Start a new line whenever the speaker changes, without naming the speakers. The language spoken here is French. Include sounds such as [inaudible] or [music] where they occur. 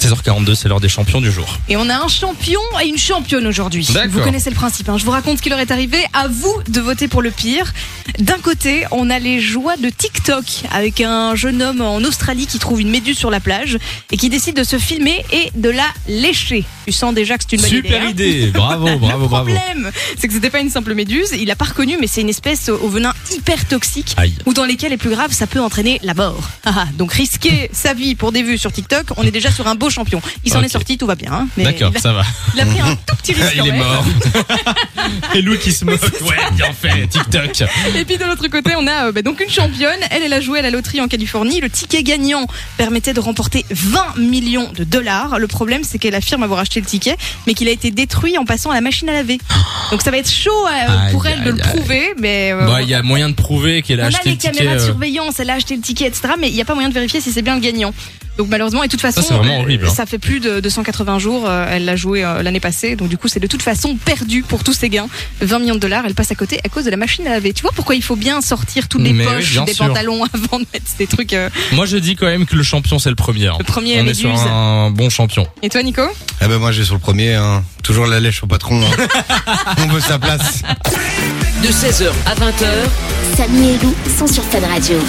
16h42, c'est l'heure des champions du jour.
Et on a un champion et une championne aujourd'hui.
D'accord.
Vous connaissez le principe. hein. Je vous raconte ce qui leur est arrivé. À vous de voter pour le pire. D'un côté, on a les joies de TikTok avec un jeune homme en Australie qui trouve une méduse sur la plage et qui décide de se filmer et de la lécher. Tu sens déjà que c'est une bonne idée.
Super
hein.
idée,
[laughs]
bravo, bravo,
le
bravo.
problème, c'est que c'était pas une simple méduse. Il a pas reconnu, mais c'est une espèce au venin hyper toxique,
Aïe.
ou dans les cas les plus graves, ça peut entraîner la mort. Ah, ah, donc risquer sa vie pour des vues sur TikTok, on est déjà sur un beau champion. Il s'en
Ok.
est sorti, tout va bien. hein, mais
D'accord,
il a-
ça va.
il a pris un tout petit risque.
[laughs]
hein, quand
Il est
même. [laughs]
mort. Et Lou qui se moque. Ouais, bien fait, TikTok.
Et puis de l'autre côté, on a euh, bah, donc une championne. Elle, elle a joué à la loterie en Californie. Le ticket gagnant permettait de remporter 20 millions de dollars. Le problème, c'est qu'elle affirme avoir acheté le ticket, mais qu'il a été détruit en passant à la machine
[gasps]
à laver. Donc ça va être chaud euh, pour
Aïe,
elle de
aïe,
le
aïe.
prouver, mais. euh,
Bon, il y a moyen de prouver qu'elle a
on a
acheté
les
le
caméras
ticket.
de
euh,
surveillance, elle a acheté le ticket, etc. Mais il n'y a pas moyen de vérifier si c'est bien le gagnant. Donc malheureusement, et de toute façon,
c'est vraiment
euh,
horrible, hein.
ça fait plus de 280 jours, euh, elle l'a joué euh, l'année passée, donc du coup c'est de toute façon perdu pour tous ses gains. 20 millions de dollars, elle passe à côté à cause de la machine à laver. Tu vois pourquoi il faut bien sortir toutes les
Mais oui,
poches
bien
des
sûr.
pantalons [laughs] avant de mettre des trucs. euh.
Moi, je dis quand même que le champion, c'est le premier. hein.
Le premier
On est
Méduse.
sur un bon champion.
Et toi Nico
Eh ben moi j'ai sur le premier, hein. toujours la lèche au patron. hein. On veut sa place.
de 16h à 20h.
Samy et Lou sont sur Fan Radio.